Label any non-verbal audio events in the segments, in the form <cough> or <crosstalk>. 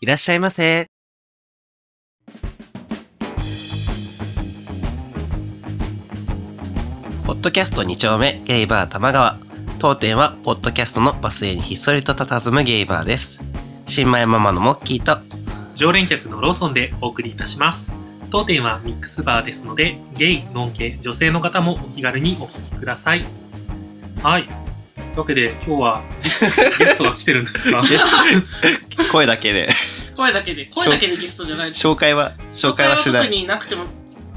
いらっしゃいませ。ポッドキャスト2丁目ゲイバー玉川。当店はポッドキャストのバスへにひっそりと佇むゲイバーです。新米ママのモッキーと常連客のローソンでお送りいたします当店はミックスバーですのでゲイノン系女性の方もお気軽にお聞きくださいはいというわけで今日はゲストゲストが来てるんですか声だけで声だけで、声だけでゲストじゃないです。紹介は紹介はしな特い。になくても、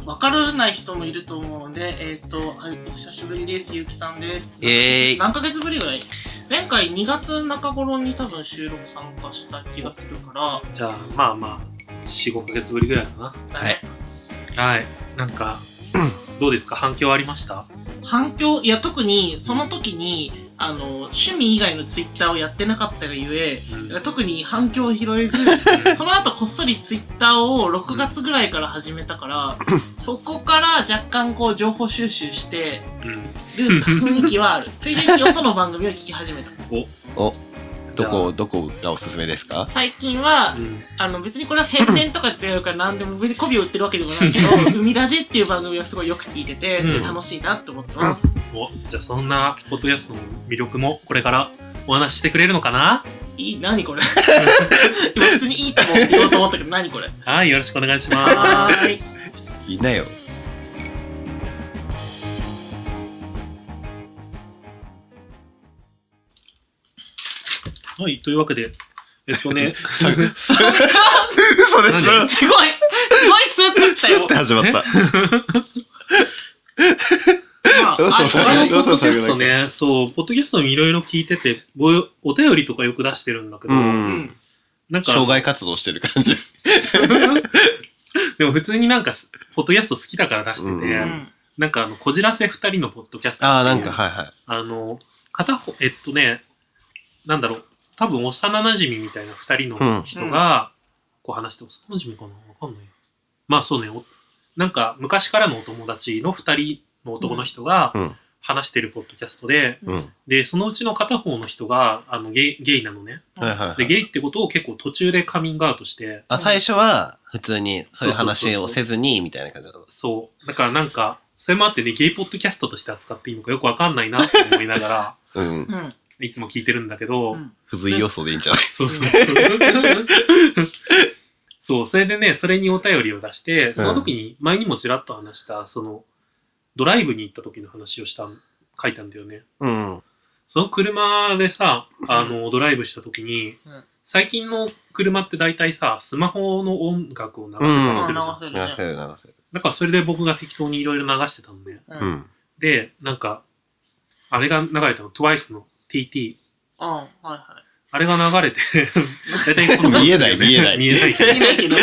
わからない人もいると思うので、えっ、と、はい、お久しぶりです。ゆうきさんです。イエーイ何ヶ月ぶりぐらい前回2月中頃に多分収録参加した気がするから、 <laughs> じゃあまあまあ45ヶ月ぶりぐらいかだはいねなはいなんか <clears throat> どうですか反響ありました反響、いや特にその時に、あの、趣味以外のツイッターをやってなかったがゆえ、特に反響を拾えず、 <laughs> その後こっそりツイッターを6月ぐらいから始めたから、そこから若干こう情報収集してうんる雰囲気はある。ついでによその番組を聞き始めた。どこどこがおすすめですか？最近はう、んあの別にこれは宣伝とかっていうか何でも別に媚びを売ってるわけでもないけど、海ラジっていう番組はすごいよく聞いてて、うん楽しいなって思ってます。おじゃあそんなポッドキャストの魅力もこれからお話ししてくれるのかないい、何これ今普通にいいと思って言おうと思ったけど何これはいよろしくお願いしますはーい。いいなよ。 <laughs> はい、というわけで、えっとね、嘘でしょ？すごいすごいスーッときたスよっ。て始まった。まあローソンさんあのポローッソンドキさんャがストね、そう、ポッドキャストもいろいろ聞いてて、おお便りとかよく出してるんだけど、うんうんなんか、障害活動してる感じ。 <laughs> でも普通になんか、ポッドキャスト好きだから出してて、うんうんなんかあの、こじらせ二人のポッドキャスト。ああなんかはいはい。あの、片方、えっとね、なんだろう、多分幼馴染みたいな二人の人が、こう話して、幼馴染かなわかんない。まあそうね、おなんか昔からのお友達の二人の男の人がうん話してるポッドキャストで、うん。で、そのうちの片方の人が、あの、ゲイ、ゲイなのね。はいはい、はで、い。ゲイってことを結構途中でカミングアウトして、あ、最初は普通にそういうそう話そうそうをせずにみたいな感じだった。そう。だからなんか、それもあってね、ゲイポッドキャストとして扱っていいのかよくわかんないなって思いながら、う <laughs> ん。うんいつも聞いてるんだけど、うん不随要素でいいんじゃないそうそう。 <laughs> そう、それでね、それにお便りを出して、その時に前にもちらっと話した、その、ドライブに行った時の話をした、書いたんだよね。うん。その車でさ、あの、ドライブした時にうん、最近の車って大体さ、スマホの音楽を流せたりするじゃん。流せる流ねせる流せる。だからそれで僕が適当にいろいろ流してたんで。う。うんん。で、なんか、あれが流れたの、TWICE の TT。あはいはあれが流 <laughs> れて、大体こ見えない見えない見えないけどい。 <laughs> いないけど、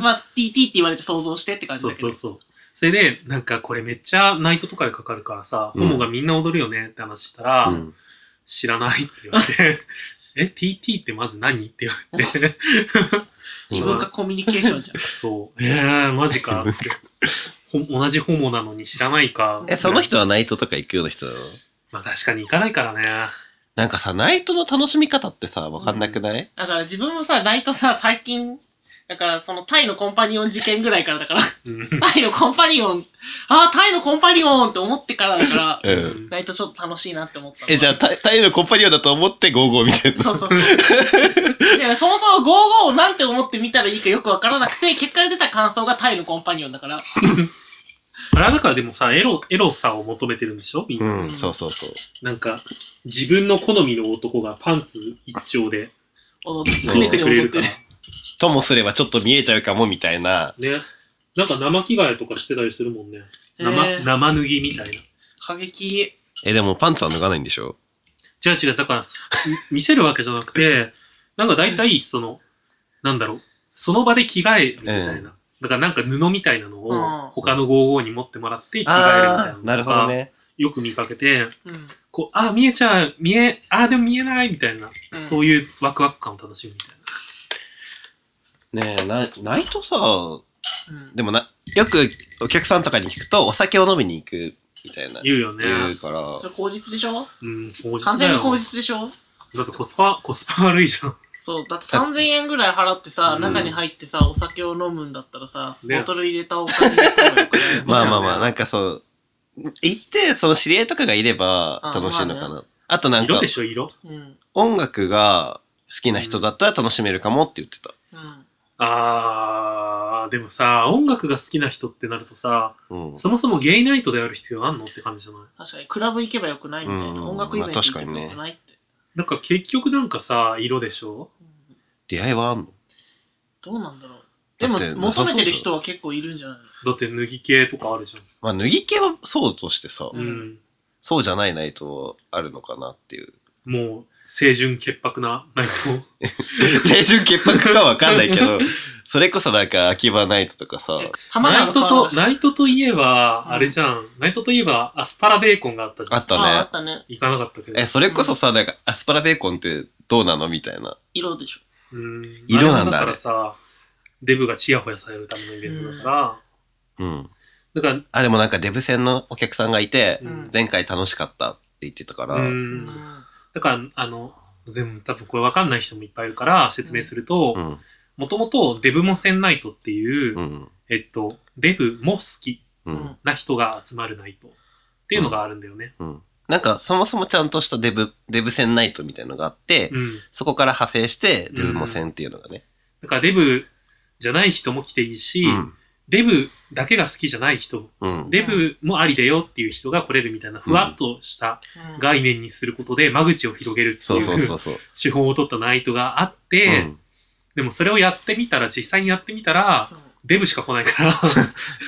まあ、TT って言われて想像してって感じそうだけそどう。そう。それで、なんかこれめっちゃナイトとかでかかるからさ、うんホモがみんな踊るよねって話したら、うん知らないって言われて、 <laughs> え、TT ってまず何って言われて、文今化コミュニケーションじゃん。そう、えー、マジかって。ほ同じホモなのに知らないか。え、その人はナイトとか行くような人なのまあ確かに行かないからね。なんかさ、ナイトの楽しみ方ってさ、わかんなくない、だから自分もさ、ナイトさ、最近、だからそのタイのコンパニオン事件ぐらいからだから、 <laughs> うんタイのコンパニオン、ああ、タイのコンパニオンって思ってからだ <laughs> から、うん、ナイトちょっと楽しいなって思ったの。え、じゃあ、タイタイのコンパニオンだと思って55みたいな。そうそう <laughs> そう。いやそもそも55をなんて思って見たらいいかよくわからなくて、結果で出た感想がタイのコンパニオンだから、あれはだからでもさ、エロ、エロさを求めてるんでしょみんな。うん、そうそうそう。なんか、自分の好みの男がパンツ一丁で踊って作ってくれるから。ともすればちょっと見えちゃうかもみたいな。ね。なんか生着替えとかしてたりするもんね。え生、ー生脱ぎみたいな。過激。え、でもパンツは脱がないんでしょ違う違う、だから、み <laughs> 見せるわけじゃなくて、なんか大体、その、なんだろう、その場で着替えるみたいな。うんだからなんか布みたいなのうんを他の55に持ってもらって着替えるみたいなあのあ、なるほどね。よく見かけて、うん。こう、あー見えちゃう、見え、あーでも見えないみたいな、うんそういうワクワク感を楽しむみたいな。ねえ、なナイトさ、うんでもな、よくお客さんとかに聞くと、お酒を飲みに行くみたいな。言うよね。言うからそ。れ口実でしょうん、口実完だ全よに口実でしょだってコスパ、コスパ悪いじゃん。そう、だって3000円ぐらい払ってさ、うん中に入ってさ、お酒を飲むんだったらさ、ねボトル入れたお金にしたらよくないまあまあまあ、ねなんかそう、行って、その知り合いとかがいればあ楽しいのかまな。あとなん色かで、しょ、色。うん。音楽が好きな人だったら楽しめるかもって言ってた。うん。あー、でもさ、音楽が好きな人ってなるとさ、うん。そもそもゲイナイトである必要あんのって感じじゃない確かに、クラブ行けばよくないみたいな。うん音楽イベント行けばよくないって。なんか結局なんかさ、色でしょうん出会いはあんのどうなんだろう。だでっもて、求めてる人は結構いるんじゃないだって脱ぎ系とかあるじまあ、脱ぎ系はそうとしてさ、ゃん。ううんん。そうじゃないナイトあるのかなっていう。 <laughs> もう、清純潔白なナイト。青春潔白かわかんないけど、それこそなんか秋葉ナイトとかさ、え玉ナ川イのト川と、橋ナイトといえば、うんあれじゃん。ナイトといえば、アスパラベーコンがあったじゃあんっ。あああたねっ。たね。行かなかったけど。え、それこそさ、なんかアスパラベーコンってどうなのみたいな。色でしょ。うん色なんだあれもだからさ、デブがチヤホヤされるためのイベントだかうん。ら、だかあ、でもなんかデブ戦のお客さんがいて、うん、前回楽しかったって言ってたからら、うんだから、あの、でも多分これわかんない人もいっぱいいるから説明するとう、ん。もともとデブモセンナイトっていう、うん。えっと、デブも好きううんん。。な人が集まるナイトっていうのがあるんだよね。うん。なんかそもそもちゃんとしたデブ、デブ戦ナイトみたいのがあって、うん。そこから派生してデブも戦っていうのがね。だからデブじゃない人も来ていいし、デブだけが好きじゃない人、うん。うん。デブもありだよっていう人が来れるみたいな、ふわっとしたうん概念にすることで間口を広げるってそいううそうそうそう。手法を取ったナイトがあっうて、ん。でもそれをやってみたら、実際にやってみたらそ、うデブしか来な <laughs> いから、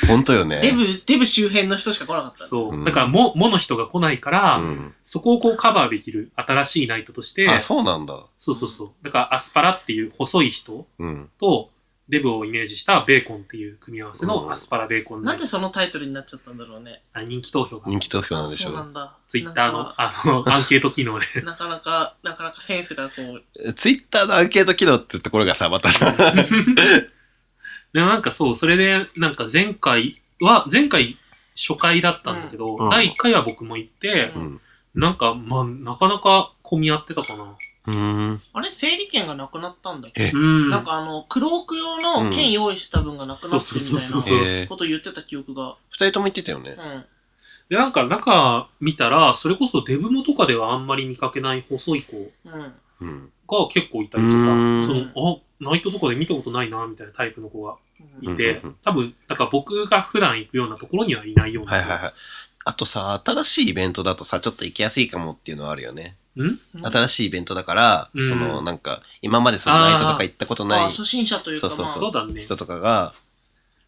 本当よね。デブ、デブ周辺の人しか来なかった。そう。うんだからも、もの人が来ないから、うん。そこをこうカバーできる新しいナイトとして、あ、そうなんだ。そうそうそう。だから、アスパラっていう細い人うん。と、デブをイメージしたベーコンっていう組み合わせうのんアスパラベーコンナなイんトでそのタイトルになっちゃったんだろうね。あ人気投票が、人気投票なんでしそょうなうんだ。ツイッターの、あの、アンケート機 <laughs> 能で。なかなか、なかなかセンスがこう、ツイッターのアンケート機能ってところがさ、またさ。でもなんかそう、それで、なんか前回は、前回初回だったんだけど、うん第1回は僕も行ってう、ん。なんか、まあ、なかなか混み合ってたかな。うん。あれ、整理券がなくなったんだっけえうん。なんかあの、クローク用の券用意してた分がなくなってみそうそえうそうそうたいーなこと言ってた記憶が。二人とも言ってたよねう。ん。で、なんか中見たら、それこそデブモとかではあんまり見かけない細い子うん。うん。が結構いたりとうか、ーんその、あ、ナイトとかで見たことないな、みたいなタイプの子がいて、うん多分、なんか僕が普段行くようなところにはいないような。はいはいはい。あとさ、新しいイベントだとさ、ちょっと行きやすいかもっていうのはあるよね。うん新しいイベントだから、うんその、なんか、今までそのナイトとか行ったことあない初心者というか、まあ、そうそうだね。人とかが、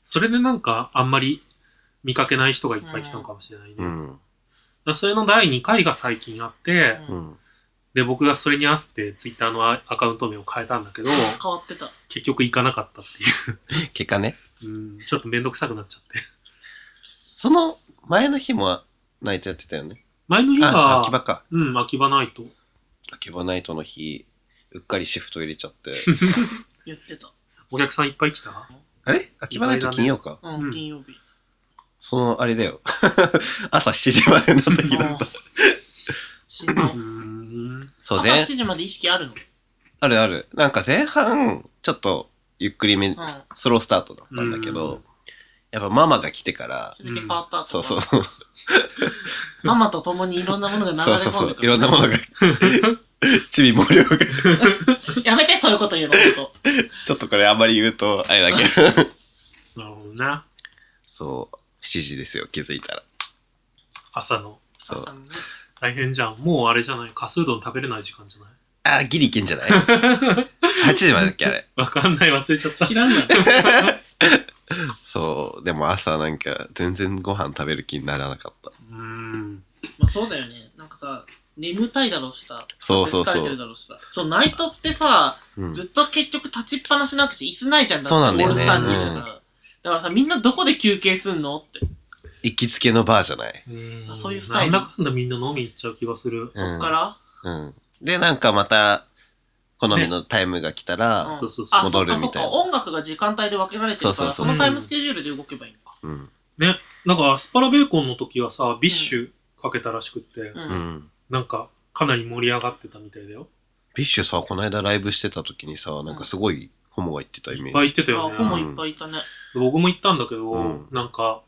それでなんか、あんまり見かけない人がいっぱい来たのかもしれないね。うだかん。らそれの第2回が最近あって、ううんん。で、僕がそれに合わせてツイッターのアアカウント名を変えたんだけど、変わってた。結局行かなかったっていう。結果ね。うん、ちょっとめんどくさくなっちゃって。その前の日もナイトやってたよね。前の日あ、は、秋葉か。うん、秋葉ナイト。秋葉ナイトの日、うっかりシフト入れちゃ <laughs> って。言ってた。お客さんいっぱい来たあれ秋葉ナイト金曜か。うん、うん金曜日。そのあれだよ。 <laughs> 朝7時までの時だあった。ーしんどういん。そう、朝前7時まで意識あるのあるある。なんか前半、ちょっとゆっくりめ、んスロースタートだったんだけど、うんやっぱママが来てから、日付変わった後、そうそう、そうママと共にいろんなものが流れそう込そんでうく、いる。ろんなもの <laughs> が、ちびもりょうが、やめて、そういうこと言うの、本ちょっとこれあんまり言うと、あれだけど、なるほどね。そう、7時ですよ、気づいたら。朝の。そ当朝う。のね大変じゃん。もうあれじゃない。カスうどん食べれない時間じゃなあいー、ギリいけんじゃ <laughs> ない ?8 時までだっけ、あれ。わかんない。忘れちゃった。知らんのよ。そう、でも朝なんか、全然ご飯食べる気にならなかった。うん。まあそうだよね。なんかさ、眠たいだろうしさ。そうそう疲それてるう。だろうしさ。そう、ナイトってさ、うんずっと結局立ちっぱなしなくて、椅子ないじゃんだってそうなんだよオーねルスタンディングだから。だからさ、みんなどこで休憩すんのって。行きつけのバーじゃない。うんそういうスタイルなんだかんだみんな飲み行っちゃう気がする。うんから、うん。で、なんかまた、好みのタイムが来たうら、んそうそうそうあ、戻そっるかそみったいか。な音楽が時間帯で分けられてそるかうそうら、そそうのタイムスケジュールで動けばいいのか。うん。ね。なんかアスパラベーコンの時はさ、ビッシュかけたらしくって、う。うんん。なんかかなり盛り上がってたみたいだよ。ビッシュさ、この間ライブしてた時にさ、なんかすごいホモが言ってたイいメっぱーい行ジ。ってたよあ、ね。ホモいっぱいいたね。僕も行ったんだけど、うんなんか、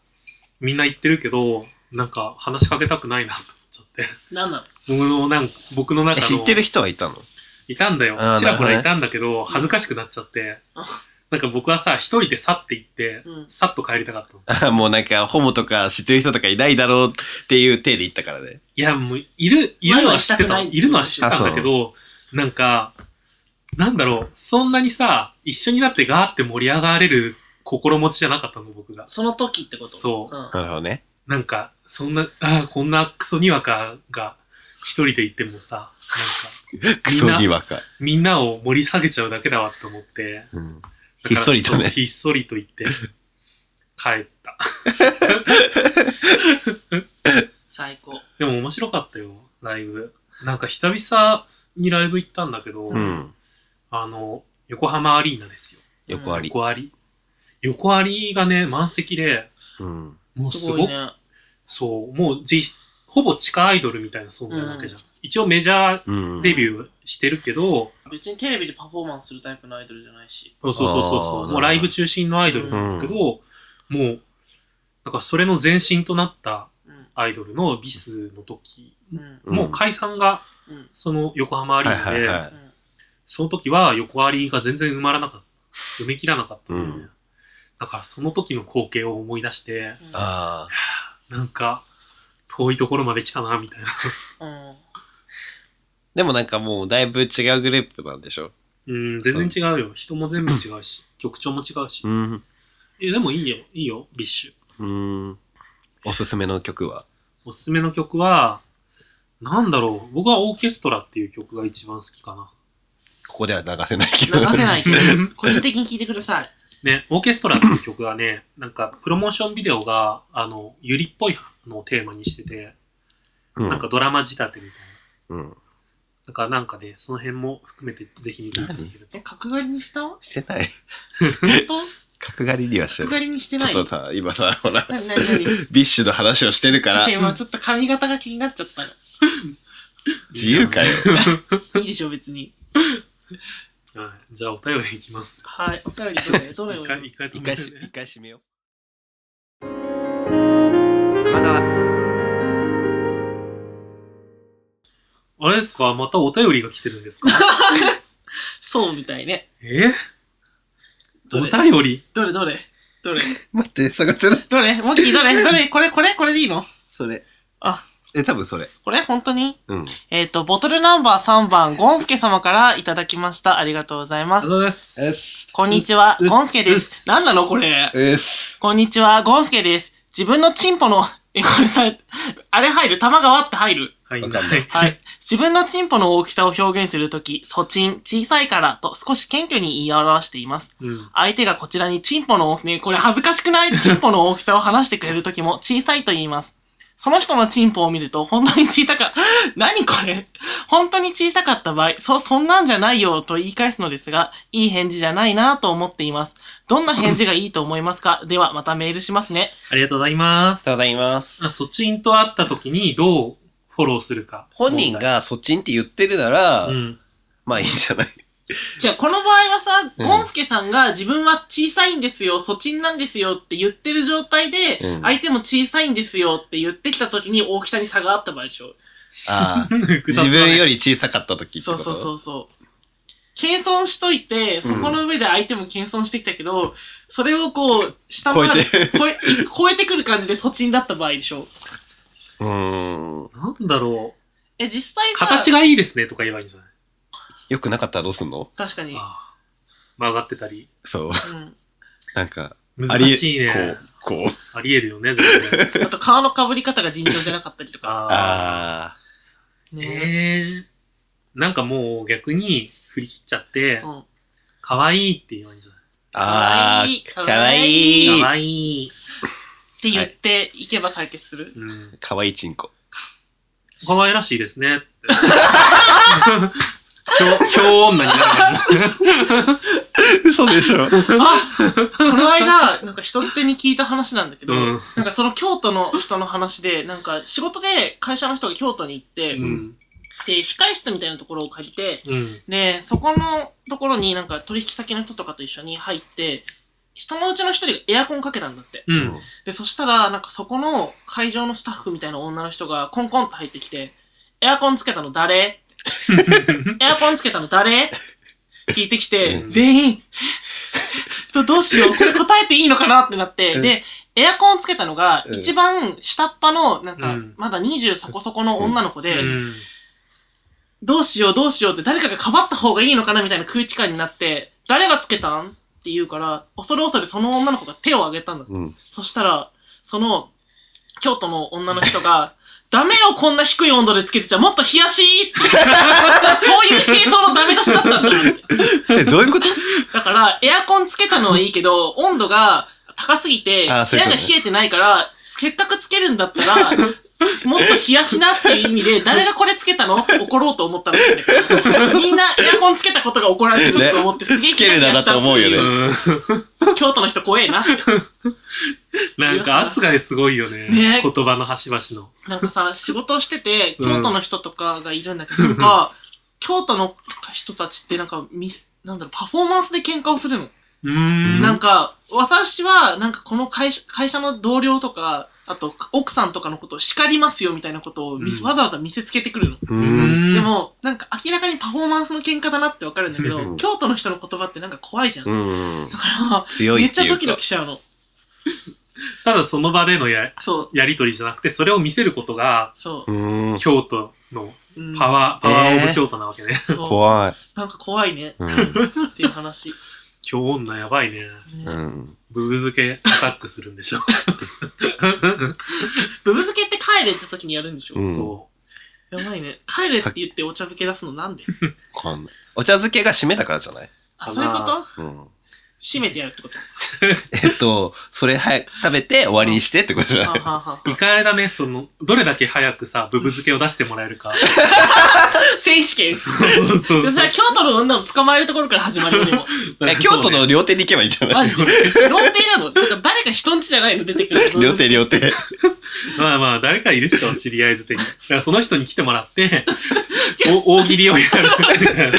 みんな行ってるけど、なんか話しかけたくないなと思っちゃって。 <laughs> なんなの僕のなん僕の中え、の。知ってる人はいたのいたんだよあ。ーちらなるほほどねらいたんだけど、恥ずかしくなっちゃってあ。なんか僕はさ、一人で去って行ってうん、さっと帰りたかったの。あ <laughs> もうなんか、ホモとか知ってる人とかいないだろうっていう体で言ったからね。いや、もう、いる、いるのは知って前は行きたくなた。いいるのは知ってたんだけど、なんか、なんだろう、そんなにさ、一緒になってガーって盛り上がれる心持ちじゃなかったの、僕が。その時ってことそううん。なるほどね。なんか、そんな、ああ、こんなクソにわかが、一人で行ってもさ、なんか、クソにわか。みんなを盛り下げちゃうだけだわって思って、うん。だからひっそりとねそうひっそりと言って、帰った。最高。でも面白かったよ、ライブ。なんか久々にライブ行ったんだけど、うん。あの、横浜アリーナですよ。横あり。横アリ。横アリがね、満席で、うん。もうすすごごいく、ね。そう、もうじ、ほぼ地下アイドルみたいな存在なわけじゃん。一応メジャうん。ーデビュー。ューしてるけど、別にテレビでパフォーマンスするタイプのアイドルじゃないし。そうそうそうそあーう、もうライブ中心のアイドルなんだけど、もう、なんかそれの前身となったうん。アイドルのビスの時うん。うんもう解散がうん。その横浜アリはいーナはで、いはその時は横アリが全然埋まらなかった。埋め切らなかった、うんだからその時の光景を思い出して、い。あなんか遠いところまで来たな、みたいな。 <laughs> うん。ーでもなんかもうだいぶ違うグループなんでしょうん、全然違うよ。人も全部違 <laughs> うし、曲調も違うし。ん。え、でもいいよ、いいよ、ビッシュ。うん。おすすめの曲はおすすめの曲は、なんだろう。僕はオーケストラっていう曲が一番好きか <laughs> な。ここでは流せないけ流ど。せないけど、個人的に聞いてください。ね、オーケストラっていう曲がね、なんか、プロモーションビデオが、あの、ゆりっぽいのをテーマにしてて、 <laughs> うんなんかドラマ仕立てみたいな。うん。だからなんかね、その辺も含めてぜひ見ていただけるとえ、。角刈り <laughs> にした本してない。当角刈りにはして角な刈い。りにしてないちょっとさ、今さ、ほら、なになになにビッシュの話をしてるから私、今ちょっと髪型が気になっちゃったの。 <laughs> 自由かよ。いいでしょ、別に。はい。じゃあお便りいきます。はい。お便りどれどれを一読回、む一回止 <laughs> 一め回 <laughs> てしね、一回締めよう。玉川。あれですかまたお便りが来てるんですかそうみたいね。えどおれ便りどれどれどれ待って、探せない。どれモッキーどれどれこれこれこれでいいのそれ。あ、え、多分それ。これ本当にうん。えっ、と、ボトルナンバー3番、ゴンスケ様からいただきました。ありがとうございあまりす。がとうございます。す。こんにちは、うっすゴンスケでうっす。なんなのこれ。うっす。こんにちは、ゴンスケです。自分のチンポの、え、これさ、あれ入る玉川って入る。はい、わかんないはいはい。自分のチンポの大きさを表現するとき、粗チン、小さいからと少し謙虚に言い表しています。うん。相手がこちらにチンポの大きさ、ね、これ恥ずかしくないチンポの大きさを話してくれるときも小さいと言います。その人のチンポを見ると本当に小さか、 <laughs> 何これ本当に小さかった場合、そ、そんなんじゃないよと言い返すのですが、いい返事じゃないなと思っています。どんな返事がいいと思いますかではまたメールしますね。ありがとうございあまりがすとう。ございますあ。そっちんと会った時にどうフォローするか。本人がそっちんって言ってるなら、問題。うん。まあいいんじゃないじゃあ、この場合はさ、うんゴンスケさんが自分は小さいんですよ、粗チンなんですよって言ってる状態で、うん相手も小さいんですよって言ってきた時に大きさに差があった場合でしょ。 <laughs> ああ。複雑自だね分より小さかった時ってそこと。うそうそううそう。謙遜しといて、そこの上で相手も謙遜してきたけど、それをこう、下回る超えて超え、超えてくる感じで粗チンだった場合でしょ。うーん。なんだろう。え、実際さ、形がいいですねとか言えばいいんじゃないよくなかったらどうすんの確かに。ああ曲がってたり。そう。うん。なんか、あ難りしいね。こう、こう。ありえるよね、全然。あと、皮の被り方が尋常じゃなかったりとか。 <laughs> ああ。 <laughs> あねええ。なんかもう逆に振り切っちゃってう、ん。可愛いって言えばいいんじゃないあ。ああ。かかわいい可愛い。って言っていけば解決する。うん。かわいいチンコ。可愛らしいですねって。 <laughs> 今日女になるね。嘘でしょ。あこの間、なんか人捨てに聞いた話なんだけど、うんなんかその京都の人の話で、なんか仕事で会社の人が京都に行って、うん。で、控え室みたいなところを借りて、うん。で、そこのところになんか取引先の人とかと一緒に入って、人のうちの一人がエアコンかけたんだって。うん。で、そしたら、なんかそこの会場のスタッフみたいな女の人がコンコンと入ってきて、エアコンつけたの誰エアコンつけたの誰聞いてきて、うん全員、 <laughs> どどうしよう、これ答えていいのかなってなって、うんで、エアコンつけたのがうん一番下っ端の、なんうかん、まだ20そこそこの女の子で、うん。どうしようどうしようって誰かがかばった方がいいのかなみたいな空気感になって、誰がつけたんって言うから、恐る恐るその女の子が手を挙げたんだってうん。そしたら、その、京都の女の人が、 <laughs> ダメよ、こんな低い温度でつけてちゃ、もっと冷やしいって。 <laughs> そういう系統のダメ出しだったんだなって。え、どういうことだから、エアコンつけたのはいいけど、温度が高すぎて、部あ屋ーそういうがこと冷ねえてないから、せっかくつけるんだっ <laughs> たら、もっと冷やしなっていう意味で、誰がこれつけたのって怒ろうと思ったんです <laughs> よね。みんなエアコンつけたことが怒られてると思って、すげえつけるなだと思うよねうん。京都の人怖えな。なんか圧がすごいよね。ね言葉の端々の。なん <laughs> かさ、仕事をしてて、うん京都の人とかがいるんだけど、な <laughs> んか、京都の人たちってなんか、ミス、なんだろう、パフォーマンスで喧嘩をするの。うーん。なんか、私は、なんかこの会社、会社の同僚とか、あと、奥さんとかのことを叱りますよみたいなことを見せうんわざわざ見せつけてくるの。ううーん。ん。でも、なんか明らかにパフォーマンスの喧嘩だなってわかるんだけうど、ん京都の人の言葉ってなんか怖いじゃん。だうん。か強ら、 <laughs> いめっっちてゃいうドキドかキ。しちゃうの。ただその場でのやそう、やりとりじゃなくて、それを見せることが、そうーん。京都のう。うんパワー、パワーオブ京都なわけね。そう怖い。なんか怖いね、うん。っていう話。今日女やばいね。ねうん。ブブ漬けアタックするんでしょ。ブブ漬けって帰れって時にやるんでしょ、うんそやばいね。帰れって言ってお茶漬け出すのなんでこんなお茶漬けが締めたからじゃないあ、そういうこかとうん。閉めてやるってことえっと、それ早く食べて終わりにしてってことじゃはないあはあはう。あいかれだね、その、どれだけ早くさ、ブブ漬けを出してもらえるか。選手 <laughs> 権。そうそでそれは京都の女を捕まえるところから始まるよ、でも。 <laughs> え京都の料亭に行けばいいんじゃないマジで。料亭なのなんか誰か人んちじゃないの出てくるの。料亭料亭。まあまあ、誰かいる人を知り合いずてに。だからその人に来てもらって、お大喜利をやる <laughs> みたいな。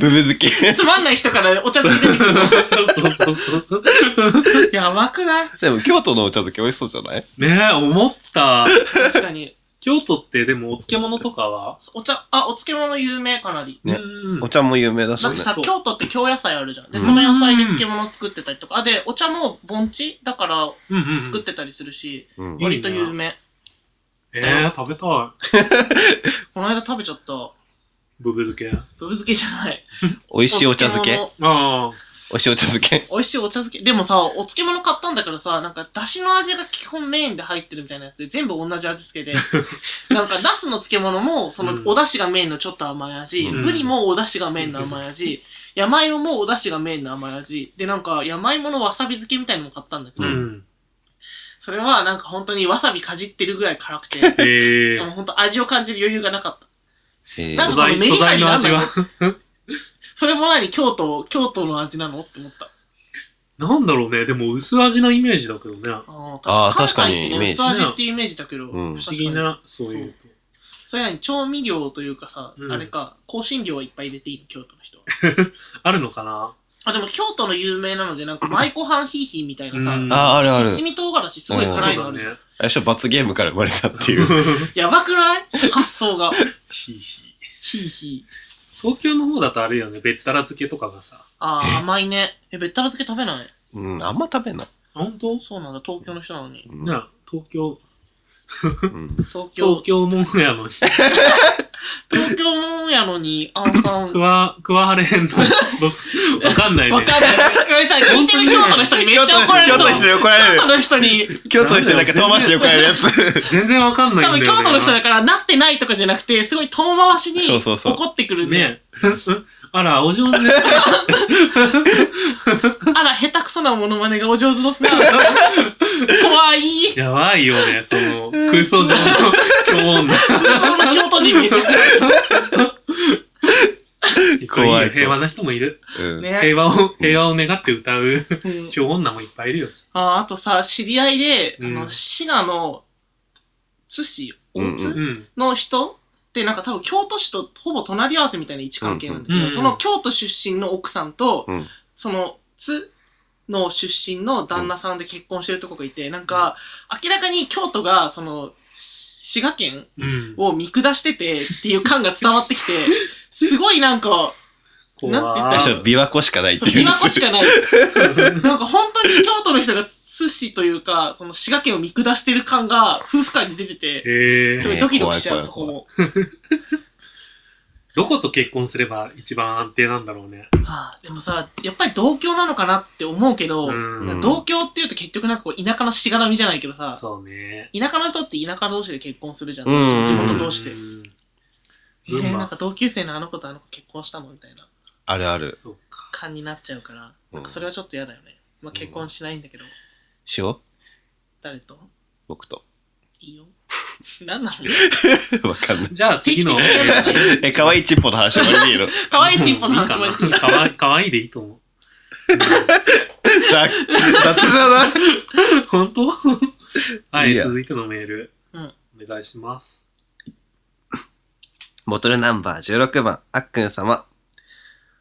ブブ漬け。つまんない人からお茶漬け出てくるそうそうそう。の。やばくないでも京都のお茶漬け美味しそうじゃないねえ、思った。確かに。京都ってでもお漬物とかはお茶、あ、お漬物有名かなり。ねうんお茶も有名だしだっねて。さ、そう京都って京野菜あるじゃん。で、うんその野菜で漬物作ってたりとか。あ、で、お茶も盆地だからうんうんうん作ってたりするし、うんいいな割と有名。えー、食べたこの間食べちゃった。い。ブブ漬け。あぶぶ漬けじゃない。美味しいお茶漬け。おあ。美味しいお茶漬け。美味しいお茶漬け。でもさ、お漬物買ったんだからさ、なんか、だしの味が基本メインで入ってるみたいなやつで、全部同じ味付け <laughs> で。なんか、ナスの漬物も、そのうん、お出汁がメインのちょっと甘い味、うんブリもお出汁がメインの甘い味、山芋もお出汁がメインの甘い味。で、なんか、山芋のわさび漬けみたいなのも買ったんだけど、ううんん。それはなんか本当にわさびかじってるぐらい辛く <laughs> て、えでもー。本当味を感じる余裕がなかった。えなー素んかこの材、メリ素ハ材リのなん味だは <laughs> よ。それも何京都、京都の味なのって思った。なんだろうね。でも薄味なイメージだけどね。あああ、ー確確かかにに。イ関メー西ジってね、薄味っていうイメージだけど、うん不思議確かに。な、そういう。それなに調味料というかさ、うんあれか、香辛料はいっぱい入れていいの、京都の人は。あるのかなあ、でも京都の有名なので、なんか、舞妓飯ヒーヒーみたいなさ、うんあ、あるある。一味唐辛子すごい辛いのあるじゃん。最初罰ゲームから生まれたっていう。 <laughs> やばくない発想が。ひいひいヒーヒー。東京の方だとあれよね、べったら漬けとかがさ。ああ、甘いね。え、べったら漬け食べないうん、あんま食べない。本当そうなんだ、東京の人なのに。うんなあ、東京、うん東京東、京もんやのし、東京もんやのに、あんさん。く <laughs> わわ、くわはれへんの。どすわかんないね。かんない。ごめんなさい、聞いてる京都の人にめっちゃ怒られ京都るとの思う。人に怒られ京都る。の人に京都の人なんか遠回しに怒られるやつ。全然わかんない多んだよ、分ね。京都の人だから、なってないとかじゃなくて、すごい遠回しにそうそうそう怒ってくるんで、ねあら、お上 <laughs> 手ですね。あら、下手くそなモノマネがお上手ですな。 <laughs> 怖い。やばいよね、その、空想上の京女。そんな京都人めっちゃ怖いよ平和な人もいる。うんね。平和を、平和を願って歌ううん京女もいっぱいいるよ。ああとさ、知り合いで、あうんの、滋賀の、津市、うんうん大津うん。の人で、なんか多分京都市とほぼ隣り合わせみたいな位置関係なんだけど、うんうんその京都出身の奥さんと、うんその津の出身の旦那さんで結婚してるとこがいて、なんか明らかに京都がそのし滋賀県うん。を見下しててっていう感が伝わってきて、すごいなんか、なんて言ったらいい最ん怖だろう初、琵琶湖しかないって琵いう。琶湖しかない。なんか本当に京都の人が津市というか、その滋賀県を見下してる感が夫婦間に出てて、へすえ。ごいドキドキしちゃう、ねそこも。どこと結婚すれば一番安定なんだろうね。はあ、でもさ、やっぱり同居なのかなって思うけど、うんうん同居っていうと結局なんかこう田舎のしがらみじゃないけどさ、そうね。田舎の人って田舎同士で結婚するじゃん。うん地元同士で。うんえー群馬なんか同級生のあの子とあの子結婚したのみたいなあるある。そうか。感になっちゃうから、うんなんかそれはちょっと嫌だよね。まあ結婚しないんだけど、しよう誰と僕と。いいよ。 <laughs> 何なのわかんない。 <laughs> じゃあ次の。定期的にやるえ、可愛いチンポの話はいいの可愛いチンポの話もいいかなかわ <laughs> いかわいいでいいと思う。ざ雑じゃない本当はいいや続いてのメール、うんお願いしますボトルナンバー16番、あっくん様。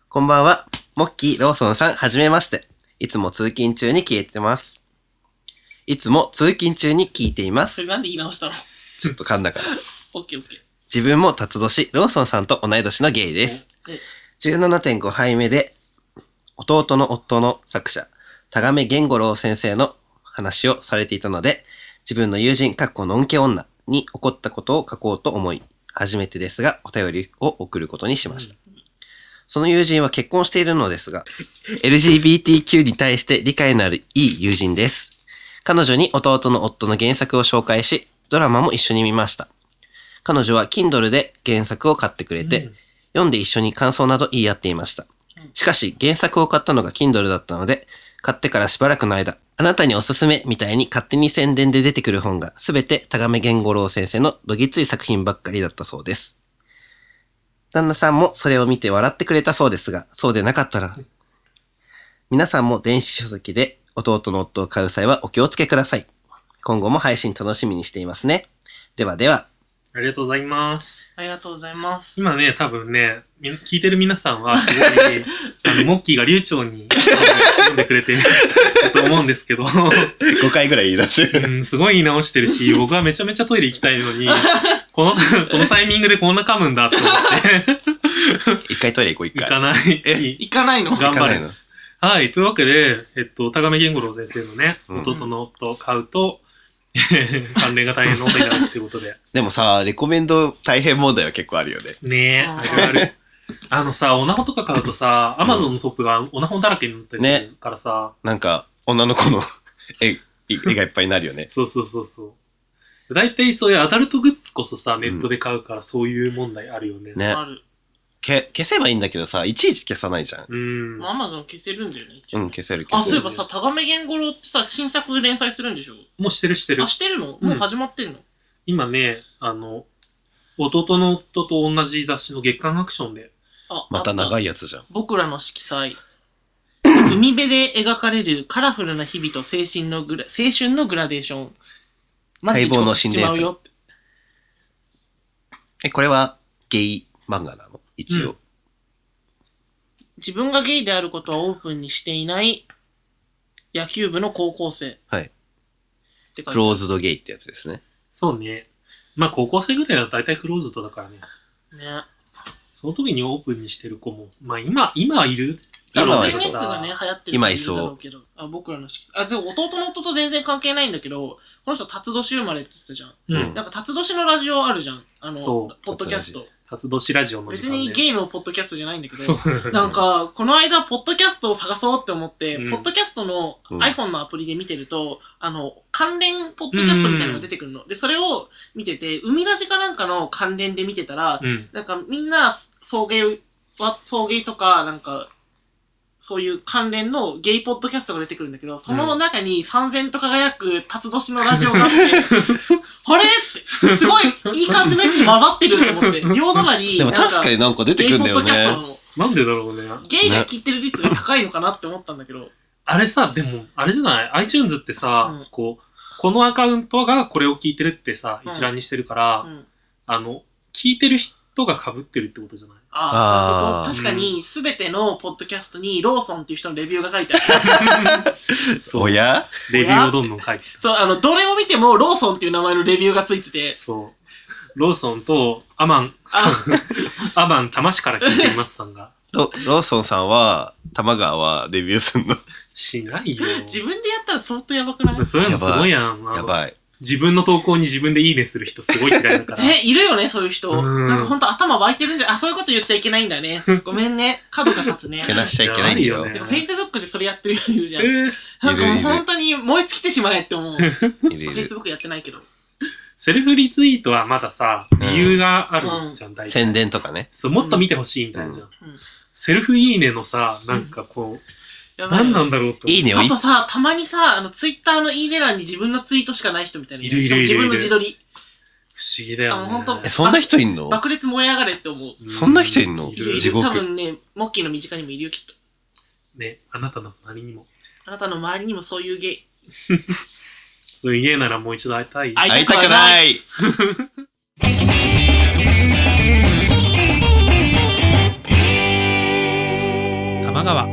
こんばんは。モッキー、ローソンさん、はじめまして。いつも通勤中に聞いてます。いつも通勤中に聞いていまそす。れなんで言い直したのちょっと噛んだから。オッケーオッケー。自分も辰年、ローソンさんと同い年のゲイです。おお17.5杯目で、弟の夫の作者、田亀源五郎先生の話をされていたので、自分の友人、かっこのんけ女に起こったことを書こうと思い、初めてですが、お便りを送ることにしました。その友人は結婚しているのですが、LGBTQ に対して理解のあるいい友人です。彼女に弟の夫の原作を紹介し、ドラマも一緒に見ました。彼女は Kindle で原作を買ってくれて、うん読んで一緒に感想など言い合っていましたうん。しかし、原作を買ったのが Kindle だったので、買ってからしばらくの間、あなたにおすすめみたいに勝手に宣伝で出てくる本がすべて田亀源五郎先生のどぎつい作品ばっかりだったそうです。旦那さんもそれを見て笑ってくれたそうですが、そうでなかったら、皆さんも電子書籍で弟の夫を買う際はお気をつけください。今後も配信楽しみにしていますね。ではで <laughs> は、ありがとうございますありがとうございます。今ね多分ねみ聞いてる皆さんはすごいあのモッキーが流暢に読んでくれてると思うんですけど、 5回ぐらい言い出してう。ん、すごい言い直して <laughs> るし僕はめちゃめちゃトイレ行きたいのにこのこのタイミングでこんな噛むんだと思って1回トイレ行こう、1行回。かない行かないのが頑行か張れないのはい。というわけで、えっと、田亀源五郎先生のね、うん弟の夫を買うと、 <laughs> 関連が大変なことになるっていうことで。でもさ、レコメンド大変問題は結構あるよね。ねえ、ああーるある。あのさ、オナホとか買うとさ、アマゾンのトップがオナホだらけになったりするからさ、なんか、女の子の <laughs> 絵絵がいっぱいになるよね。そうそうそうそう。だいたいそういうアダルトグッズこそさ、ネットで買うからそういう問題あるよね。ねあ。る。け消せばいいんだけどさ、いちいち消さないじゃん。うん。アマゾン消せるんだよね。一う応ん、消せるあ、消そうせいえる。ばさ、田亀源五郎ってさ、新作連載するんでしょもうしてるしてるあ、。してるのうんもう始まってんの、今ね、あの、弟の夫と同じ雑誌の月刊アクションで、あ、また長い。いやつじゃん。僕らの色 <laughs> 彩。海辺で描かれるカラフルな日々と青春のグラ青春のグラデーション。マジで待望の遅刻しちまうよって。え、これはゲイ漫画なの一応。自分がゲイであることはオープンにしていない野球部の高校生。はいってク感じ。ローズドゲイってやつですね。そうね。まあ高校生ぐらいは大体クローズドだからね。ね。その時にオープンにしてる子も、まあ今、今いるだ今ろうけど SNS がね、流行ってる今からいるそうだろうけど。あ、僕らの色彩。あ、でも弟の夫と全然関係ないんだけど、この人、辰年生まれって言ってたじゃん。うん。なんか、辰年のラジオあるじゃん。あの、そうポッドキャスト。辰年ラジオの時別間ねにゲイのポッドキャストじゃないんだけそうど、。なんか、この間、ポッドキャストを探そうって思って、うんポッドキャストのうん iPhone のアプリで見てると、あの、関連ポッドキャストみたいなのが出てくるの。で、それを見てて、海ラジかなんかの関連で見てたら、うん。なんかみんな送迎は送迎とかなんかそういう関連のゲイポッドキャストが出てくるんだけどその中に三千と輝く辰年のラジオがあって <laughs> あれってすごいいい感じの位置に混ざってると思 <laughs> って両隣でも確かになんか出てゲくイるんポだッよドキャストね。のなんでだろうね。ゲイが聞いてる率が高いのかなって思ったんだけど、あれさ、でも、あれじゃない ?iTunes ってさ、うんこう、このアカウントがこれを聞いてるってさ、うん一覧にしてるから、うんあの、聞いてる人が被ってるってことじゃないああ、あーそういうこと確かに、すべてのポッドキャストに、ローソンっていう人のレビューが書いてある。おやレビューをどんどん書いてるそう、あの、どれを見ても、ローソンっていう名前のレビューがついてて、そう。ローソンとアマン、あアマン多摩市から聞いていますさんが。ロローソンさんは、玉川はデビューすんの。しないよ。自分でやったら相当やばくないそういうのすごいやん。あのやばい。自分の投稿に自分でいいねする人すごい嫌いだ <laughs> から。え、いるよね、そういう人。うんなんかほんと頭湧いてるんじゃ、あ、そういうこと言っちゃいけないんだね。ごめんね。角が立つね。 <laughs> けなしちゃいけないんだよいやあ。るでよも、ね Facebook でそれやってる人いるじえゃん。ーなんかいるいもうる本当に燃え尽きてしまえって思いう。るいる。 Facebook やってないけど。セルフリツイートはまださ、ん理由があるじゃん、大体。宣伝とかね。そう、もっと見てほしいみたいなじゃんうんうん。セルフいいねのさ、なんかこう、やばいよ何なんだろうって思ういいねをあいとさ、たまにさ、あの、ツイッターのいいね欄に自分のツイートしかない人みたいな。いるいるしかも自分の自撮り。不思議だよあね本。当え、そんな人いんの爆裂燃え上がれって思う。うそんな人いんのいいるるい地る。獄多分ね、モッキーの身近にもいるよ、きっと。ね、あなたの隣にも。あなたの周りにもそういうゲイ。そういう家ならもう一度会いたい。会会いたくない玉川。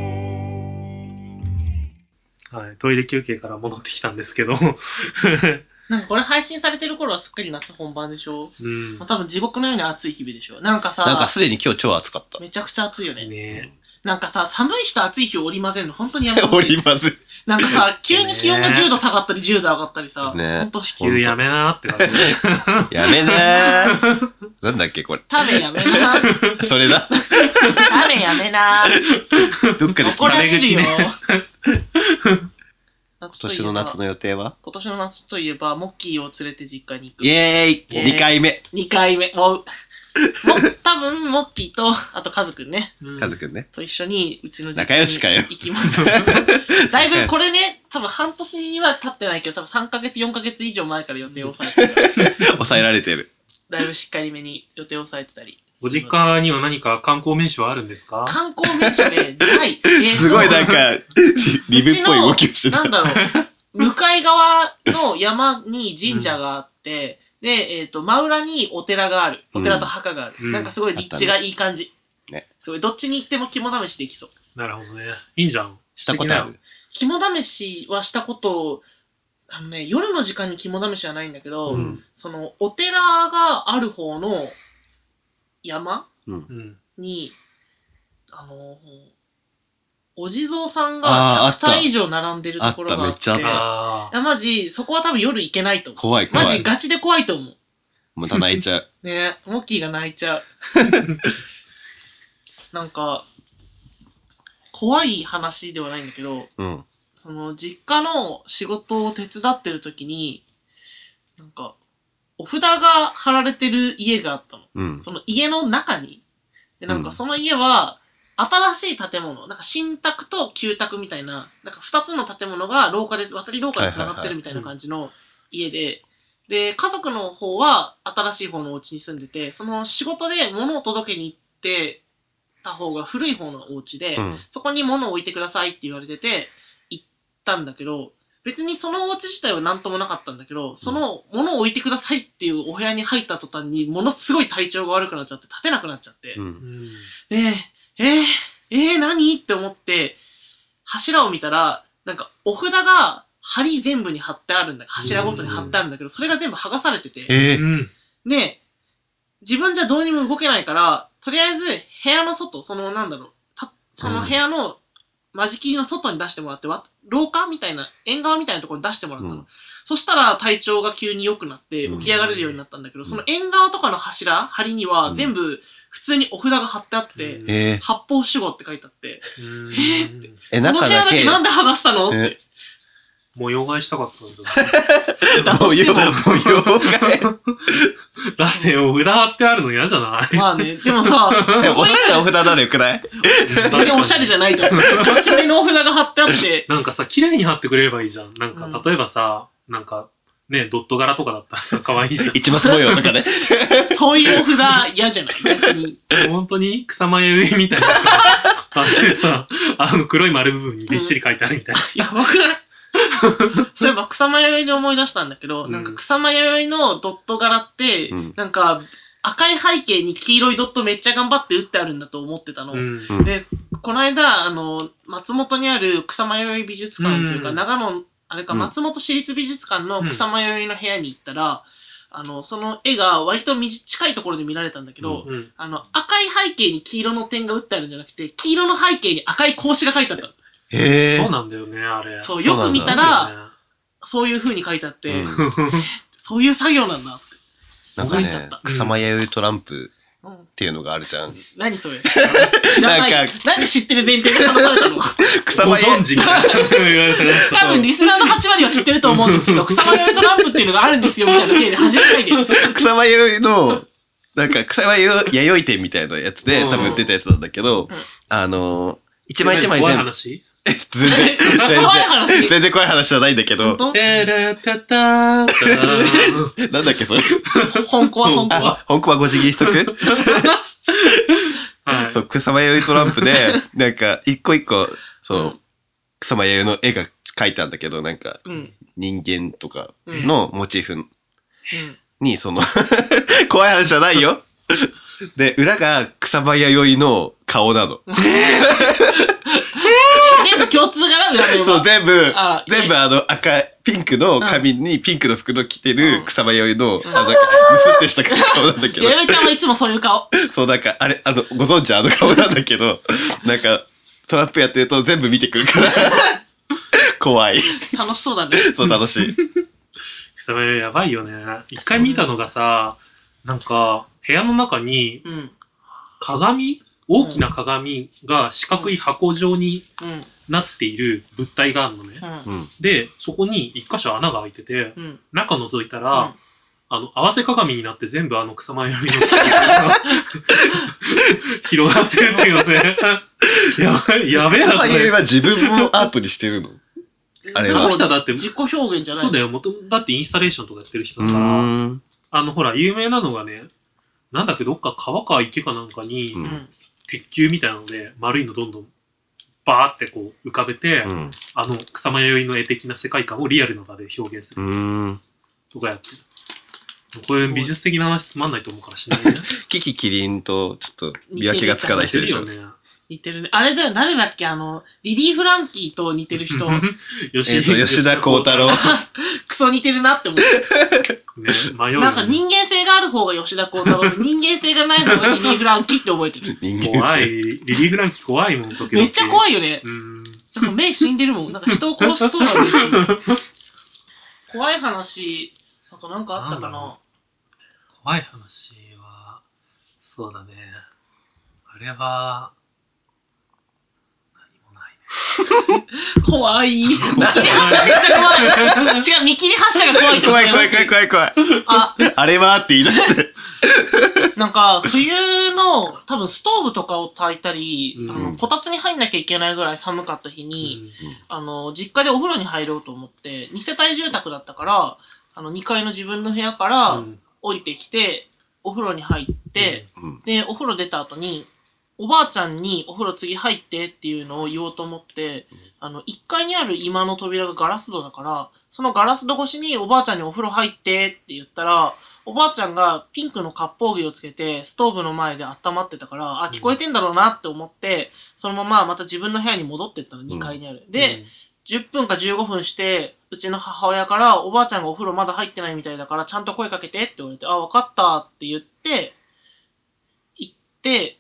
はい、トイレ休憩から戻ってきたんですけど、 <laughs> なんかこれ配信されてる頃はすっかり夏本番でしょうんもう。多分地獄のように暑い日々でしょなんかさ、なんかすでに今日超暑かった。 <laughs> めちゃくちゃ暑いよね。ねなんかさ、寒い日と暑い日を織り交ぜるの本当にやめてほおしいりません。なんかさ、急に気温がね10度下がったり10度上がったりさ、ねほんと地え、球急やめなって感じ。やめなー。なんだっけこれ。食べやめな、 <laughs> 食それ <laughs> だ。べやめな、どっかで聞い怒た。られる <laughs> よ。悪口今今年の夏の予定は今年の夏といえば、モッキーを連れて実家にイ行エーイイエーイ !2 回目。く。2回目。 <laughs> もう、も多分モッキーと、あとカズくんね、うんカズくんね。と一緒に、うちの実仲家良しかによ行 <laughs> きます。だいぶこれね、多分半年は経ってないけど、多分3ヶ月、4ヶ月以上前から予定を抑えて <laughs> るから、抑えられてる。だいぶしっかりめに予定を抑えてたり。ご実家には何か観光名所はあるんですか観光名所で、ない。えーと <laughs> すごいなんか、リブっぽい動きをしてなたん。だろ <laughs> う、向かい側の山に神社があって、で、えっ、と、真裏にお寺がある。お寺と墓がある。うんなんかすごい立地がいい感じ。ねすごい、どっちに行っても肝試しできそう。なるほどね。いいんじゃん。したことある肝試しはしたことを、あのね、夜の時間に肝試しはないんだけど、うんその、お寺がある方の山うん。に、あのお地蔵さあんーあがっ100た体以上並んでるところがああっ、ってためっちゃあったあいや、マジ、そこは多分夜行けないと思う。怖い怖マジい。ガチで怖いと思う。また泣いち <laughs> ゃう。ねモッキーが泣い <laughs> ちゃう。なんか、怖い話ではないんだけど、うん。その、実家の仕事を手伝ってる時に、なんか、お札が貼られてる家があったの。うん。その家の中に。で、なんかうんその家は、新しい建物、なんか新宅と旧宅みたいな、なんか二つの建物が廊下で、渡り廊下で繋がってるみたいな感じの家で、で、家族の方は新しい方のお家に住んでて、その仕事で物を届けに行ってた方が古い方のお家で、うん。そこに物を置いてくださいって言われてて、行ったんだけど、別にそのお家自体は何ともなかったんだけど、その物を置いてくださいっていうお部屋に入った途端に、ものすごい体調が悪くなっちゃって、立てなくなっちゃって、うーん。うん。ええええええ何って思って、柱を見たら、なんかお札が針全部に貼ってあるんだ、柱ごとに貼ってあるんだけど、それが全部剥がされてて、えうーん。で、自分じゃどうにも動けないから、とりあえず部屋の外、そのなんだろう、たその部屋の間仕切りの外に出してもらって、わ廊下みたいな、縁側みたいなところに出してもらったの。うんそしたら体調が急に良くなってう起んき上がれるようになったんだけど、んその縁側とかの柱、梁にはうん全部普通にお札が貼ってあって、うんえー発泡酒号って書いてあって、うんえ、この中部屋だだけけ、なんで剥がしたのって。模様替えしたかったんだ。 <laughs> だと模して様、も模。様替 <laughs> だって、お札貼ってあるの嫌じゃないまあね、でもさ、え。 <laughs> おしゃれなお札なのよくない全然おしゃれじゃないと思う。ガチめのお札が貼ってあって、なんかさ、綺麗に貼ってくれればいいじゃん。なんうんか、例えばさ、なんか、ね、ドット柄とかだったらさ、可愛いじゃん。一松模様とかね。そういうお札嫌じゃない逆に。 <laughs> 本当に草前上みたいな。あれさ、あの黒い丸部分にびっしり書いてあるみたいな。 <laughs> やばくない <laughs> そういえば草間弥生で思い出したんだけど、うんなんか草間弥生のドット柄って、うんなんか赤い背景に黄色いドットめっちゃ頑張って打ってあるんだと思ってたの。うん。うんで、この間、あの、松本にある草迷い美術館というか、うん長野、あれか、うん松本市立美術館の草迷いの部屋に行ったら、あの、その絵が割とみじ近いところで見られたんだけど、うん。あの、赤い背景に黄色の点が打ってあるんじゃなくて、黄色の背景に赤い格子が書いてあった。へえそう。なんだよね、あれ。そそうう、よなんだく見たら、そういう風に書いてあって、うんそうだよねそういう作業なんだって。なんか覚えちゃっねた、草間弥生トランプうんっていうのがあるじゃん。何それ知らない。ななんんかで知ってる前提で話さ <laughs> れたの草ご間存彌生。知みたいなこと言われてました多分リスナーの8割は知ってると思うんですけど、草間弥生トランプっていうのがあるんですよ、みたいな手で始めないで。草間弥生の、なんか草間弥生店みたいなやつでうん多分出たやつなんだけどうん、あのー、一枚一枚怖い全部、話 <laughs> 全然、全怖い然、話。全然怖い話じゃないんだけど本、当てれて <laughs> たーたーなんだっけそれ。本コは本コは。あ、本コはご辞儀しとくはいそう、草間弥生トランプで、なんか、一個一個、そうのん、草間弥生の絵が描いてあるんだけど、なんか、うん。人間とかのモチーフうんに、その、 <laughs> 怖い話じゃないよ。で、裏が草間弥生の顔なの。全部共通柄裏でそう、全部あ、全部あの赤い、ピンクの髪にピンクの服の着てうるん草間弥生の、あの、なんか、むすってした顔なんだけどや。やめちゃんはいつもそういう顔。そう、なんか、あれ、あの、ご存知あの顔なんだけ <laughs> ど、なんか、トラップやってると全部見てくるから、怖い。楽しそうだね。そう、楽しい。草間弥生やばいよね。一回見たのがさ、なんか、部屋の中にうん。鏡大きな鏡が四角い箱状にうん。なっている物体があるのねう。ん。 <laughs> うん。で、そこに一箇所穴が開いてて、うん。中覗いたら、うんあの、合わせ鏡になって全部あの草間よりの <laughs> 広がってるっていうので、 <laughs> やばい、やべえな、草こ間由れ。は自分もアートにしてるの。あれはでも秋田だって自己表現じゃない。そうだよ。よ、元々だってインスタレーションとかやってる人だから、ん。あの、ほら、有名なのがね、なんだっけ、どっか川か池かなんかに、ううん。鉄球みたいなので、丸いのどんどん、バーってこう浮かべて、うん。あの、草間弥生の絵的な世界観をリアルな場で表現するうん。とかやってる。こういう美術的な話つまんないと思うからしないね。キキキリンと、ちょっと、見分けがつかない人でしょ。ね。似てるね。あれだよ、誰だっけあの、リリー・フランキーと似てる人。吉えっと、吉田鋼太 <laughs> 郎。クソ似てるなって思って。ね、迷うよね。なんか人間性がある方が吉田鋼太 <laughs> 郎で、人間性がない方がリリー・フランキーって覚 <laughs> えてる。人間怖い。性。 <laughs> リリー・フランキー怖いもん、時々。めっちゃ怖い。いよね。うん。なんか目死んでるもん。なんか人を殺しそうなんで。怖い話、なんかなんかあったなんかだろな。怖い話は、そうだね。あれは、何もないね。怖い。見切り怖い発 <laughs> 車めっちゃ怖い。違う、見切り発車が怖いってこと怖だいよ怖い怖い怖い怖い。あ、あれはって言い出して。なんか、冬の、多分ストーブとかを炊いたり、うんあの、こたつに入んなきゃいけないぐらい寒かった日に、あの、実家でお風呂に入ろうと思って、二世帯住宅だったから、あの、2階の自分の部屋かうらん降りてきて、お風呂に入って、、で、お風呂出た後に、おばあちゃんにお風呂次入ってっていうのを言おうと思って、あの、1階にある居間の扉がガラス戸だから、そのガラス戸越しにおばあちゃんにお風呂入ってって言ったら、おばあちゃんがピンクの割烹着をつけて、ストーブの前で温まってたから、あ、聞こえてんだろうなって思って、そのまままた自分の部屋に戻ってったの、2階にある。で、10分か15分して、うちの母親から、おばあちゃんがお風呂まだ入ってないみたいだから、ちゃんと声かけてって言われて、あ、わかったって言って、行って、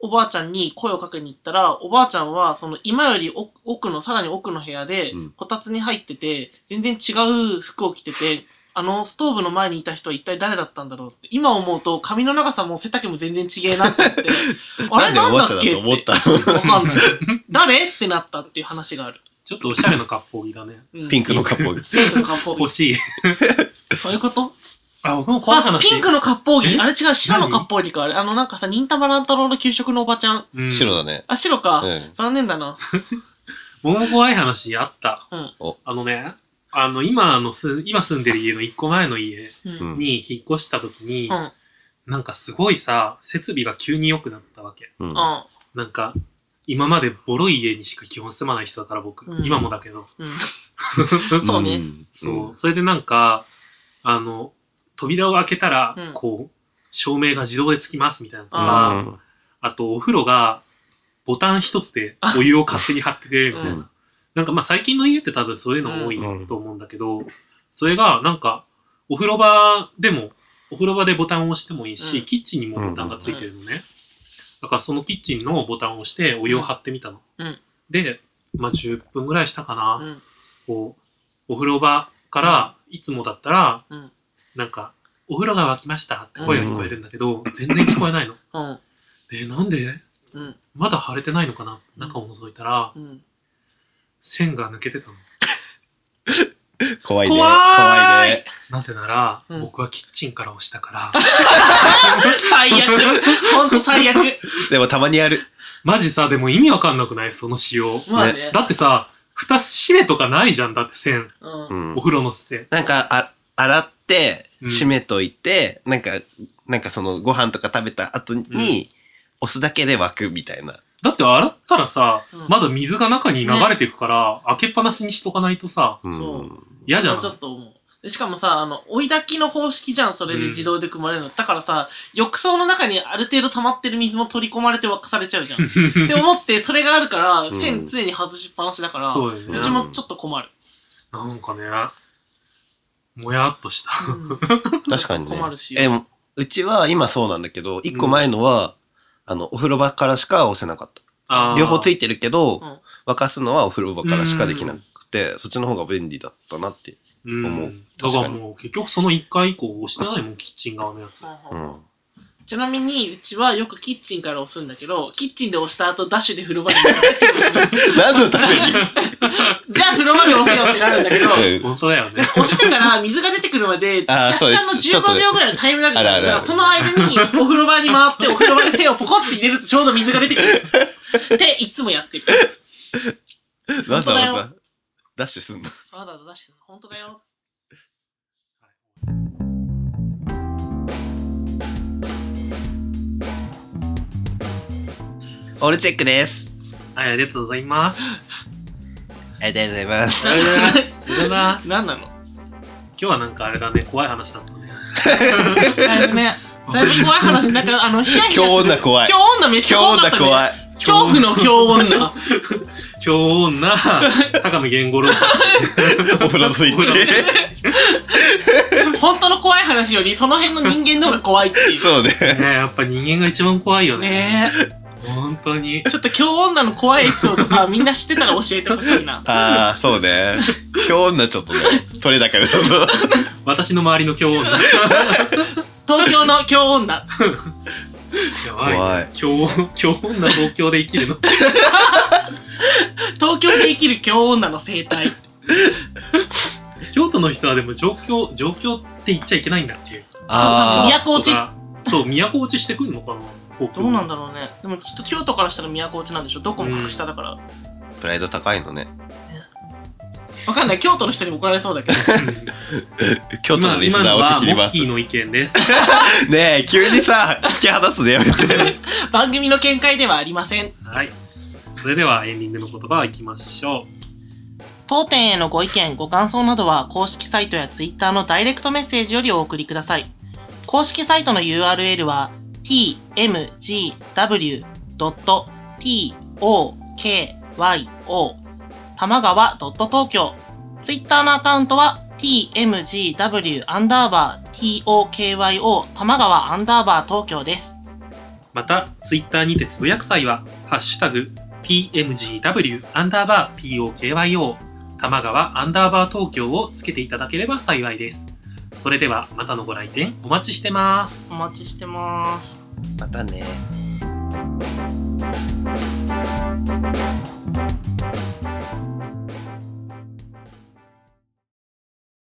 おばあちゃんに声をかけに行ったら、おばあちゃんは、その今より奥奥の、さらに奥の部屋でうん、こたつに入ってて、全然違う服を着てて、あの、ストーブの前にいた人は一体誰だったんだろうって、今思うと髪の長さも背丈も全然違えなって思って、 <laughs> あ <laughs> なれんでなおんばだあちゃんっだけと思ったのわかんない。誰ってなったっていう話がある。 <laughs> ちょっとおしゃれな割烹着だね。うんピンクのカップ。ピンクの割欲烹しい。着。 <laughs> そういうことあ、僕も怖いあ、話。ピンクの割烹え着。あれ違う、白の割烹着か。あれあの、なんかさ、忍たま乱太郎の給食のおばちゃん。うん白だね。あ、白か。うん残念だな。僕も怖い話あった。うんおあのね、あの、今のす、今住んでる家の一個前の家うんん。に引っ越した時に、うん。なんかすごいさ、設備が急に良くなったわけ。うんうなんか、今までボロい家にしか基本住まない人だから僕。うん今もだけど。ん。そうね。んそう。それでなんか、あの、扉を開けたら、うんこう、照明が自動でつきますみたいなのとあか、うんあとお風呂がボタン一つでお湯を勝手に張ってくれるみたいな。うんなんかまあ最近の家って多分そういうの多いと思うんだけど、それがなんかお風呂場でも、お風呂場でボタンを押してもいいし、うんキッチンにもボタンがついてるのね。だからそのキッチンのボタンを押してお湯を張ってみたの。うんで、まあ10分ぐらいしたかな。うんこう、お風呂場から、いつもだったら、うんなんか、お風呂が沸きましたって声が聞こえるんだけど、全然聞こえないの。うんえ、なんでうんまだ腫れてないのかな中を覗いたら、うん線が抜けてたの。怖怖いいね。怖いね。なぜなら、うん僕はキッチンから押したから、 <laughs> <laughs> 最 <laughs> 悪。ほんと最悪。でもたまにやる。マジさ、でも意味わかんなくないその仕様。まあね。だってさ、蓋閉めとかないじゃん。だって線。うんう。んお風呂の線。なんか、あ、洗って、うん閉めといて、なんか、なんかそのご飯とか食べた後に、押すだけで湧くみたいな。だって洗ったらさ、うんまだ水が中に流れていくから、開けっぱなしにしとかないとさ、うんそう嫌じゃんち。ょっと思う。でしかもさ、あの、追い炊きの方式じゃん、それで自動で組まれるの。だからさ、浴槽の中にある程度溜まってる水も取り込まれて沸かされちゃうじゃ <laughs> ん。って思って、それがあるから、うん線常に外しっぱなしだから、そうだよねうち。もちょっと困る。なんかね、もやっとした。確かにね困るし。。え、でもうちは今そうなんだけど、一個前のは、あの、お風呂場からしか押せなかった。 <laughs> あー両方ついてるけど、うん沸かすのはお風呂場からしかできなくて、そっちの方が便利だったなって。うん思うだ確かからにもう結局その1回以降押してないもん、キッチン側の <laughs> やつ。うんうん。ちなみに、うちはよくキッチンから押すんだけど、キッチンで押した後、ダッシュで風呂場に行ってセーブしない何のため <laughs> にじゃあ風呂場で押せよってなるんだけど、本当だよね。押してから水が出てくるまで、あー若そう干のちょっと15ね秒ぐらいのタイムラグがあるかあら、るあるその間にお風呂場に回って、お風呂場で線をポコって入れるとちょうど水が出てくる。って、いつもやってる。わざわ本当だざダッシュすんの。わざわざ出してる本当だよ。オールチェックです。はい、ありがとうございます。ありがとうございます。ありがとうございます。ありがとうございます。今何なの日はなんかあれだね、怖い話だったね。だいぶね、だいぶ怖い話、なんかあの、ひやひやする。今日女怖い今日女めっちゃ今怖日かっだたね。怖い。恐怖の今日女。今日な、 <laughs> 高見源五郎さん。お風呂スイッチ。本当の怖い話より、その辺の人間の方が怖いっていう。そうね。ねやっぱ人間が一番怖いよね。ね本当にえ。。ちょっと今日女の怖いエピソードさ、みんな知ってたら教えてほしいな。ああ、そうね。今日女ちょっとね、それだからそうそう。私の周りの今 <laughs> 日女。東京の今日女。やばい、ね。今日、今日女東京で生きるの。東京で生きる今日女の生態。京都の人はでも状況、状況って言っちゃいけないんだっけ <laughs> あ都落ちとかそう、都落ちしてくるのかな東京どうなんだろうね。でもきっと京都からしたら都落ちなんでしょどこも格下だから。わ、あ、プライド高いのね。かんない。京都の人にも怒られそうだけど。うん京都のリスナーを敵に回今今のはモッキーの意見です。す。ねえ、急にさ、突き放すのやめて。番組の見解ではありません。はい。それではエンディングの言葉いきましょう。当店へのご意見、ご感想などは公式サイトや Twitter のダイレクトメッセージよりお送りください。公式サイトの URL は tmgw.tokyo 玉川 .tokyo Twitter のアカウントは tmgw アンダーバー tokyo 玉川アンダーバー東京です。また、ツイッターにてつぶやく際は、ハッシュタグ、tmgw アンダーバー tokyo 玉川アンダーバー東京をつけていただければ幸いです。それでは、またのご来店お待ちしてますお。待ちしてます。またね。